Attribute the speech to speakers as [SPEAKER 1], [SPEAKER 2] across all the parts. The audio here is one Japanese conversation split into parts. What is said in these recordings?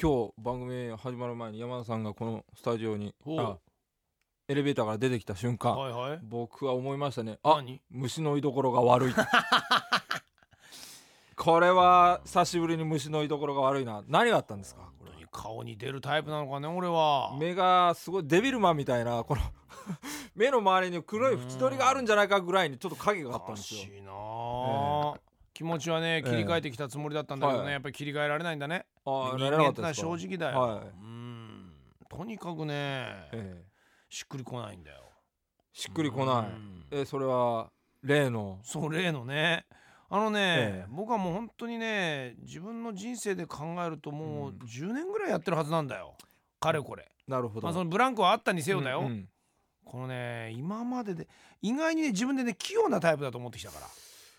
[SPEAKER 1] 今日番組始まる前に山田さんがこのスタジオに
[SPEAKER 2] おう
[SPEAKER 1] あエレベーターから出てきた瞬間、
[SPEAKER 2] はいはい
[SPEAKER 1] 僕は思いましたねあ
[SPEAKER 2] 何
[SPEAKER 1] 虫の居所が悪 いこれは久しぶりに虫の居所が悪いな何があったんですかこれは
[SPEAKER 2] 顔に出るタイプなのかね俺は
[SPEAKER 1] 目がすごいデビルマンみたいなこの 目の周りに黒い縁取りがあるんじゃないかぐらいにちょっと影があったん
[SPEAKER 2] おか
[SPEAKER 1] ですよ
[SPEAKER 2] しいなあ、気持ちは
[SPEAKER 1] え
[SPEAKER 2] ね
[SPEAKER 1] え
[SPEAKER 2] 切り替えてきたつもりだったんだけどね、
[SPEAKER 1] はい
[SPEAKER 2] やっぱり切り替えられないんだね
[SPEAKER 1] ああ
[SPEAKER 2] 人
[SPEAKER 1] なれな
[SPEAKER 2] 間
[SPEAKER 1] かっ
[SPEAKER 2] っ
[SPEAKER 1] てた
[SPEAKER 2] のは
[SPEAKER 1] ですか
[SPEAKER 2] 正直だよ、
[SPEAKER 1] はいう
[SPEAKER 2] ーんとにかくね、
[SPEAKER 1] ええ
[SPEAKER 2] しっくりこないんだよ、
[SPEAKER 1] しっくりこないう
[SPEAKER 2] ん
[SPEAKER 1] えそれは例の
[SPEAKER 2] そう例のねあのね、
[SPEAKER 1] ええ
[SPEAKER 2] 僕はもう本当にね自分の人生で考えるともううん10年ぐらいやってるはずなんだよかれこれ、
[SPEAKER 1] なるほど、
[SPEAKER 2] まあ、そのブランクはあったにせよだよ、
[SPEAKER 1] うんうん
[SPEAKER 2] このね今までで意外にね自分でね器用なタイプだと思ってきたから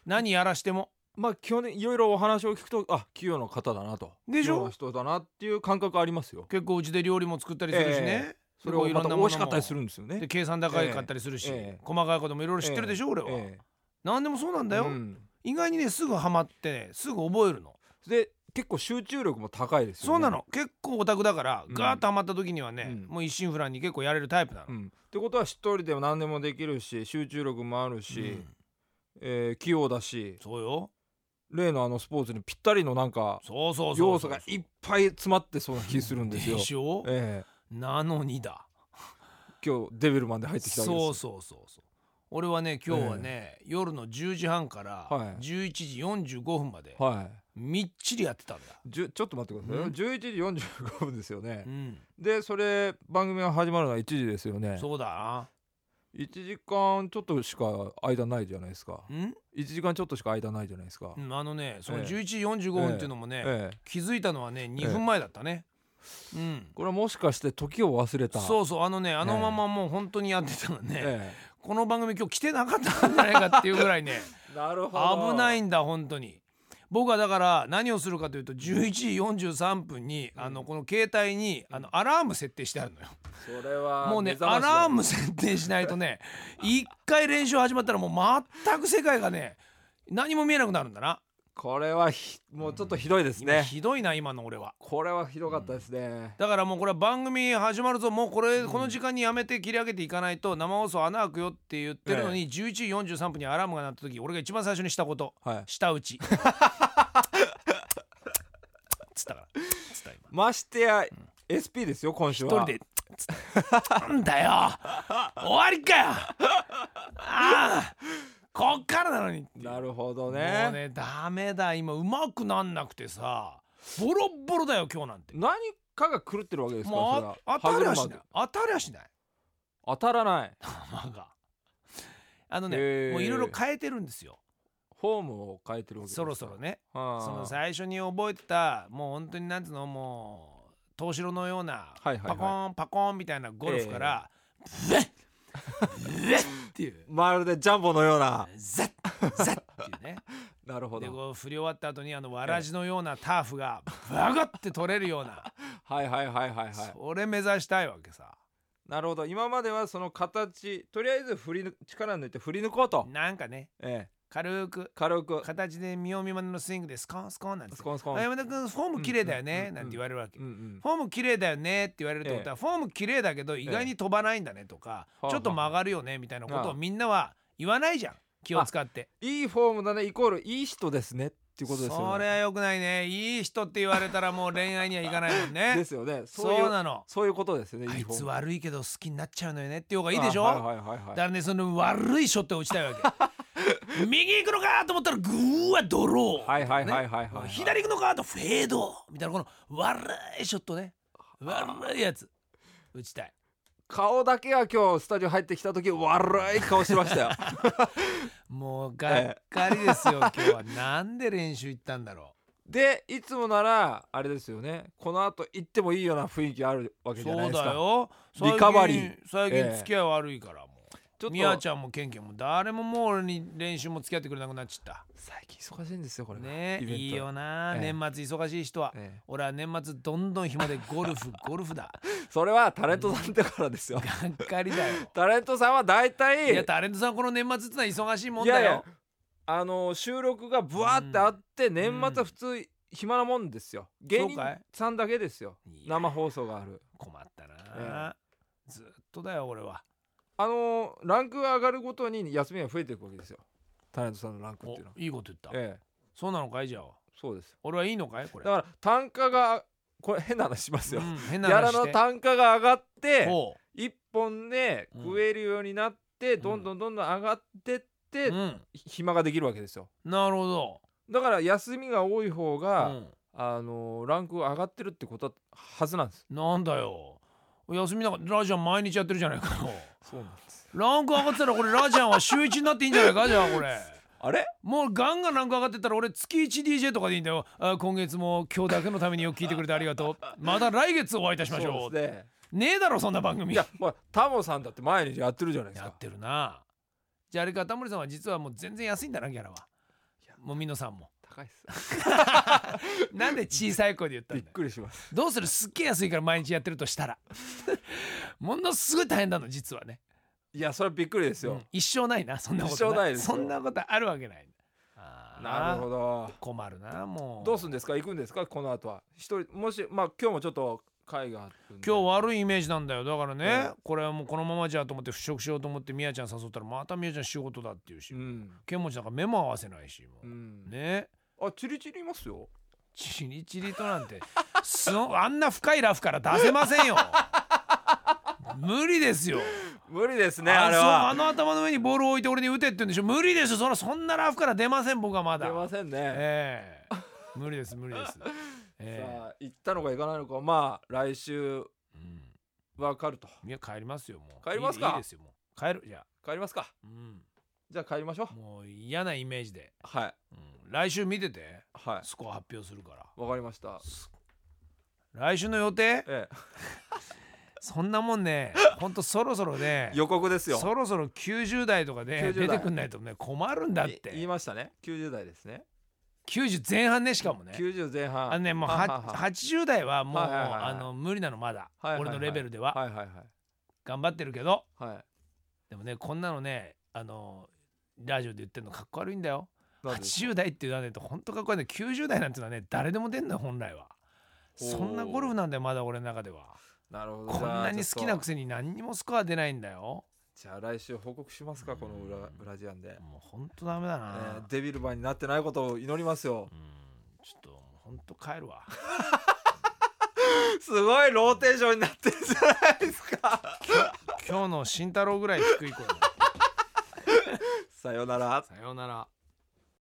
[SPEAKER 2] 何やらしても
[SPEAKER 1] まあ基本的にいろいろお話を聞くとあ器用な方だなと
[SPEAKER 2] でしょ
[SPEAKER 1] 器用な人だなっていう感覚ありますよ
[SPEAKER 2] 結構うちで料理も作ったりするしね、
[SPEAKER 1] それを
[SPEAKER 2] い
[SPEAKER 1] ま
[SPEAKER 2] ろんなも
[SPEAKER 1] た
[SPEAKER 2] のも
[SPEAKER 1] 美味しかったりするんですよね
[SPEAKER 2] で計算高いかったりするし、
[SPEAKER 1] ええ
[SPEAKER 2] 細かいこともいろいろ知ってるでしょ、俺は、
[SPEAKER 1] ええ
[SPEAKER 2] 何でもそうなんだよ、
[SPEAKER 1] うん
[SPEAKER 2] 意外にねすぐハマってねすぐ覚えるの、
[SPEAKER 1] で結構集中力も高いですよね
[SPEAKER 2] そうなの結構オタクだから、
[SPEAKER 1] うん
[SPEAKER 2] ガーッとハマった時にはね、
[SPEAKER 1] うん
[SPEAKER 2] もう一心不乱に結構やれるタイプなの、
[SPEAKER 1] うん、ってことは一人でも何でもできるし集中力もあるし、
[SPEAKER 2] うん
[SPEAKER 1] えー器用だし
[SPEAKER 2] そうよ
[SPEAKER 1] 例のあのスポーツにぴったりのなんか
[SPEAKER 2] そうそうそう
[SPEAKER 1] 要素がいっぱい詰まってそうな気するんですよ
[SPEAKER 2] で。しょ
[SPEAKER 1] ええ
[SPEAKER 2] なのにだ
[SPEAKER 1] 今日デビルマンで入ってきたわけです
[SPEAKER 2] そ
[SPEAKER 1] よ
[SPEAKER 2] うそうそうそう俺はね今日はね、夜の10時半から
[SPEAKER 1] はい
[SPEAKER 2] 11時45分まで
[SPEAKER 1] は
[SPEAKER 2] みっちりやってたんだ、
[SPEAKER 1] い、じゅちょっと待ってくださいよ、
[SPEAKER 2] うん
[SPEAKER 1] 11時45分ですよね、
[SPEAKER 2] うん
[SPEAKER 1] でそれ番組が始まるのは1時ですよね
[SPEAKER 2] そうだな
[SPEAKER 1] 1時間ちょっとしか間ないじゃないですか
[SPEAKER 2] うん
[SPEAKER 1] 1時間ちょっとしか間ないじゃないですか、
[SPEAKER 2] うんあのねそ
[SPEAKER 1] え
[SPEAKER 2] の
[SPEAKER 1] え
[SPEAKER 2] 11時45分っていうのもね、
[SPEAKER 1] ええ、
[SPEAKER 2] 気づいたのはね2分前だったね、うん
[SPEAKER 1] これはもしかして時を忘れたう、
[SPEAKER 2] そうそうあのねあのままもう本当にやってたらね、
[SPEAKER 1] え
[SPEAKER 2] この番組今日来てなかったんじゃないかっていうぐら いね
[SPEAKER 1] え、なる
[SPEAKER 2] 危ない
[SPEAKER 1] ん
[SPEAKER 2] んだ本当に僕はだから何をするかというと11時43分に、あのこの携帯にあのアラーム設定してあるのよ
[SPEAKER 1] それは
[SPEAKER 2] もうね
[SPEAKER 1] 目覚
[SPEAKER 2] ア
[SPEAKER 1] ましだ
[SPEAKER 2] ラーム設定しない とね一回練習始まったらもう全く世界がね何も見えなくなるんだな、
[SPEAKER 1] これはひもうちょっとひどいです
[SPEAKER 2] 今
[SPEAKER 1] ね、
[SPEAKER 2] ひどいな今の俺は
[SPEAKER 1] これはひどかったですね、
[SPEAKER 2] だからもうこれは番組始まるぞもうこれ、この時間にやめて切り上げていかないと生放送穴開くよって言ってるのに、11時43分にアラームが鳴った時俺が一番最初にしたこと
[SPEAKER 1] はい
[SPEAKER 2] 舌 打ちつったからつった今
[SPEAKER 1] ましてや、SP ですよ今週
[SPEAKER 2] 一
[SPEAKER 1] は
[SPEAKER 2] 人でつったなんだよ終わりかよああこっからなのにっていう
[SPEAKER 1] なるほど
[SPEAKER 2] もうねダメだ今うまくなんなくてさボロッボロだよ今日なんて
[SPEAKER 1] 何かが狂ってるわけですからそれ
[SPEAKER 2] も
[SPEAKER 1] は
[SPEAKER 2] うあ当たりは
[SPEAKER 1] 歯
[SPEAKER 2] しない
[SPEAKER 1] 車
[SPEAKER 2] 当たりはしない
[SPEAKER 1] 当たらない
[SPEAKER 2] 球があのね、
[SPEAKER 1] へー
[SPEAKER 2] もういろいろ変えてるんですよ
[SPEAKER 1] フォームを変えてるわけですか
[SPEAKER 2] そろそろね
[SPEAKER 1] はあ
[SPEAKER 2] その最初に覚えてたもう本当になんつうのもう東城のような
[SPEAKER 1] はいはいはい
[SPEAKER 2] パコンパコンみたいなゴルフから「ブエッブエッ」っていう
[SPEAKER 1] まるでジャンボのような
[SPEAKER 2] 「ザッザッ」っていうね
[SPEAKER 1] なるほ
[SPEAKER 2] で
[SPEAKER 1] ど
[SPEAKER 2] こう振り終わった後にあのわらじのようなターフがバガって取れるような
[SPEAKER 1] はいはいはいはいはい
[SPEAKER 2] それ目指したいわけさ
[SPEAKER 1] なるほど今まではその形とりあえず振りぬ力抜いて振り抜こうと、
[SPEAKER 2] なんかね
[SPEAKER 1] ええ、
[SPEAKER 2] 軽く
[SPEAKER 1] 軽く
[SPEAKER 2] 形で見よう見まねのスイングでスコンスコンなんです
[SPEAKER 1] ス
[SPEAKER 2] よ
[SPEAKER 1] コンスコ
[SPEAKER 2] あ
[SPEAKER 1] ン、
[SPEAKER 2] 山田君フォーム綺麗だよ
[SPEAKER 1] う
[SPEAKER 2] ね
[SPEAKER 1] ん
[SPEAKER 2] なんて言われるわけ
[SPEAKER 1] うんうん、
[SPEAKER 2] フォーム綺麗だよねって言われるってことは、フォーム綺麗だけど意外に飛ばないんだねとか、
[SPEAKER 1] ええ
[SPEAKER 2] ちょっと曲がるよねみたいなこと
[SPEAKER 1] あ
[SPEAKER 2] を
[SPEAKER 1] あ
[SPEAKER 2] みんなは言わないじゃん気を使って
[SPEAKER 1] いいフォームだねイコールいい人ですねっていうことです
[SPEAKER 2] そ
[SPEAKER 1] よ
[SPEAKER 2] れ
[SPEAKER 1] ね
[SPEAKER 2] はよくないねいい人って言われたらもう恋愛にはいかないもん ね
[SPEAKER 1] ですよね
[SPEAKER 2] そ
[SPEAKER 1] そう
[SPEAKER 2] う
[SPEAKER 1] いう
[SPEAKER 2] なの
[SPEAKER 1] そういうことですよね
[SPEAKER 2] あ
[SPEAKER 1] いい
[SPEAKER 2] い
[SPEAKER 1] フォー
[SPEAKER 2] つ
[SPEAKER 1] ム
[SPEAKER 2] 悪いけど好きになっちゃうのよねっていう方がいいでしょ、
[SPEAKER 1] あはいはいはい
[SPEAKER 2] だ
[SPEAKER 1] はい
[SPEAKER 2] からねその悪いショットを打ちたいわ け右行くのかと思ったらグーはドロー、
[SPEAKER 1] はいはいはいはいはい
[SPEAKER 2] 左行くのかとフェードみたいなこの悪いショットね悪いやつ打ちたい
[SPEAKER 1] 顔だけは今日スタジオ入ってきた時悪い顔してました よ
[SPEAKER 2] もうがっかりです よ、今日はなんで練習行ったんだろ
[SPEAKER 1] でいつもならあれですよねこの後行ってもいいような雰囲気あるわ
[SPEAKER 2] う
[SPEAKER 1] けじゃない
[SPEAKER 2] そう
[SPEAKER 1] ですか
[SPEAKER 2] だよ
[SPEAKER 1] リカバリー
[SPEAKER 2] 最近最
[SPEAKER 1] え
[SPEAKER 2] 近
[SPEAKER 1] え
[SPEAKER 2] 付き合い悪いからも
[SPEAKER 1] ちょ
[SPEAKER 2] う
[SPEAKER 1] っ
[SPEAKER 2] みや
[SPEAKER 1] と
[SPEAKER 2] ちゃんもケンケンも誰ももう俺に練習も付き合ってくれなくなっちゃっ
[SPEAKER 1] 最近忙しいんですよこ
[SPEAKER 2] た
[SPEAKER 1] れが
[SPEAKER 2] ね
[SPEAKER 1] イベント
[SPEAKER 2] いいよな、
[SPEAKER 1] ええ
[SPEAKER 2] 年末忙しい人は、
[SPEAKER 1] え
[SPEAKER 2] 俺は年末どんどん暇でゴ ルフゴルフだ
[SPEAKER 1] えそれはタレントさんだからですよ
[SPEAKER 2] がっかりだ よ
[SPEAKER 1] タレントさんは大体
[SPEAKER 2] いやタレントさんこの年末ってのは忙しいもんだよ
[SPEAKER 1] あの収録がブワーってあって、年末は普通暇なもんですよ芸
[SPEAKER 2] そう
[SPEAKER 1] 人
[SPEAKER 2] かい
[SPEAKER 1] さんだけですよ
[SPEAKER 2] いや
[SPEAKER 1] 生放送がある
[SPEAKER 2] 困ったな、ずっとだよ俺は
[SPEAKER 1] あのーランクが上がるごとに休みが増えていくわけですよタレントさんのランクって
[SPEAKER 2] お
[SPEAKER 1] いうのは、
[SPEAKER 2] いいこと言った、
[SPEAKER 1] ええ、
[SPEAKER 2] そうなのかいじゃあ
[SPEAKER 1] そうです
[SPEAKER 2] 俺はいいのかいこれ
[SPEAKER 1] だから単価がこれ変な話しますよ、
[SPEAKER 2] うん、変
[SPEAKER 1] ギ
[SPEAKER 2] な
[SPEAKER 1] ャラ
[SPEAKER 2] 話し
[SPEAKER 1] の
[SPEAKER 2] て
[SPEAKER 1] 単価が上がって
[SPEAKER 2] ほ
[SPEAKER 1] 一本で食えるようになって、どんどんどんどん上がってって、
[SPEAKER 2] う、うん、
[SPEAKER 1] 暇ができるわけですよ
[SPEAKER 2] なるほど、
[SPEAKER 1] だから休みが多い方
[SPEAKER 2] う
[SPEAKER 1] が、
[SPEAKER 2] ん、
[SPEAKER 1] あのーランクが上がってるってことはずなんです
[SPEAKER 2] なんだよ休みなんかラジャン毎日やってるじゃないかよ
[SPEAKER 1] そうなんです
[SPEAKER 2] ランク上がってたらこれラジャンは週1になっていいんじゃないかじゃあこれ
[SPEAKER 1] あれ
[SPEAKER 2] もうガンガンランク上がってったら俺月 1DJ とかでいいんだよあ今月も今日だけのためによく聞いてくれてありが とうまた来月お会いいたしましょ
[SPEAKER 1] そううです ね
[SPEAKER 2] ねえだろそんな番組
[SPEAKER 1] いやほらタモさんだって毎日やってるじゃないです
[SPEAKER 2] や
[SPEAKER 1] か
[SPEAKER 2] ってるなじゃああれかタモリさんは実はもう全然安いんだなギャラはもうミノさんも
[SPEAKER 1] 高いっす
[SPEAKER 2] なんで小さい声で言っ た
[SPEAKER 1] びっ
[SPEAKER 2] んだよ
[SPEAKER 1] くりします
[SPEAKER 2] どうするすっげえ安いから毎日やってるとし たらものすごい大変なの実はね、
[SPEAKER 1] いやそれはびっくりです
[SPEAKER 2] う
[SPEAKER 1] よ
[SPEAKER 2] ん、一生ないなそんなこと
[SPEAKER 1] 一生ないですよ
[SPEAKER 2] そんなことあるわけないあー
[SPEAKER 1] なるほど
[SPEAKER 2] 困るなもう
[SPEAKER 1] どうすんですか行くんですかこの後は一人もしまあ今日もちょっと会があるんで
[SPEAKER 2] 今日悪いイメージなんだよだからね、
[SPEAKER 1] うん
[SPEAKER 2] これはもうこのままじゃと思って払拭しようと思ってみやちゃん誘ったらまたみやちゃん仕事だっていうし、
[SPEAKER 1] うん、
[SPEAKER 2] 剣持なんか目も合わせないしも
[SPEAKER 1] う
[SPEAKER 2] う、
[SPEAKER 1] ん、
[SPEAKER 2] ね
[SPEAKER 1] あチリチリいますよ
[SPEAKER 2] チリチリとなんてすんあんな深いラフから出せませんよ 無理ですよ、
[SPEAKER 1] 無理ですね
[SPEAKER 2] あ
[SPEAKER 1] あれ
[SPEAKER 2] そうあ
[SPEAKER 1] は
[SPEAKER 2] の頭の上にボールを置いて俺に打てって言うんでしょ無理ですよそんなそんなラフから出ません僕はまだ
[SPEAKER 1] 出ませんね、
[SPEAKER 2] ええ無理です無 理です、え
[SPEAKER 1] さあ行ったのか行かないのかまあ来週
[SPEAKER 2] えうん
[SPEAKER 1] わかると
[SPEAKER 2] いや帰りますよもう
[SPEAKER 1] 帰りますか
[SPEAKER 2] いいいいですよもう帰るじゃあ
[SPEAKER 1] 帰りますか
[SPEAKER 2] うん
[SPEAKER 1] じゃあ帰りましょう
[SPEAKER 2] もう嫌なイメージで、
[SPEAKER 1] はい
[SPEAKER 2] うん、来週見てて
[SPEAKER 1] は
[SPEAKER 2] スコア発表するから
[SPEAKER 1] いわかりました
[SPEAKER 2] 来週の予定
[SPEAKER 1] え
[SPEAKER 2] そんなもんねほんとそろそろ
[SPEAKER 1] え
[SPEAKER 2] ね
[SPEAKER 1] 予告ですよ
[SPEAKER 2] そろそろ90代とかで、ね、
[SPEAKER 1] 90代
[SPEAKER 2] 出てくんないとね困るんだっ
[SPEAKER 1] い言い
[SPEAKER 2] て
[SPEAKER 1] ましたね90代ですね
[SPEAKER 2] 90前半ねしかもね
[SPEAKER 1] 90前半
[SPEAKER 2] あのねもう
[SPEAKER 1] は
[SPEAKER 2] は
[SPEAKER 1] はは
[SPEAKER 2] 80代はもう、
[SPEAKER 1] はいはいはいはい
[SPEAKER 2] あの無理なのまだ、
[SPEAKER 1] はいはいはい
[SPEAKER 2] 俺のレベルでは、
[SPEAKER 1] はいはいは
[SPEAKER 2] 頑張ってるけど
[SPEAKER 1] いはい
[SPEAKER 2] でもねこんなのねあのラジオで言ってるのかっこ悪いんだよ
[SPEAKER 1] なんで
[SPEAKER 2] 80代っていうのはねほんとかっこいいんだよ90代なんていうのはね誰でも出んのよ本来は
[SPEAKER 1] ほう
[SPEAKER 2] そんなゴルフなんだよまだ俺の中では
[SPEAKER 1] なるほど
[SPEAKER 2] こんなに好きなく
[SPEAKER 1] せ
[SPEAKER 2] せに何にもスコア出ないんだよ
[SPEAKER 1] じゃあ来週報告しますかこの裏
[SPEAKER 2] うん
[SPEAKER 1] 裏ジアンで、
[SPEAKER 2] もうほんとダメだ
[SPEAKER 1] え
[SPEAKER 2] な、
[SPEAKER 1] ーデビルバンになってないことを祈りますよ
[SPEAKER 2] うんちょっともうほんと帰るわ
[SPEAKER 1] すごいローテーションになってるじゃないですか
[SPEAKER 2] 今日の慎太郎ぐらい低い声だ
[SPEAKER 1] さようなら
[SPEAKER 2] さようなら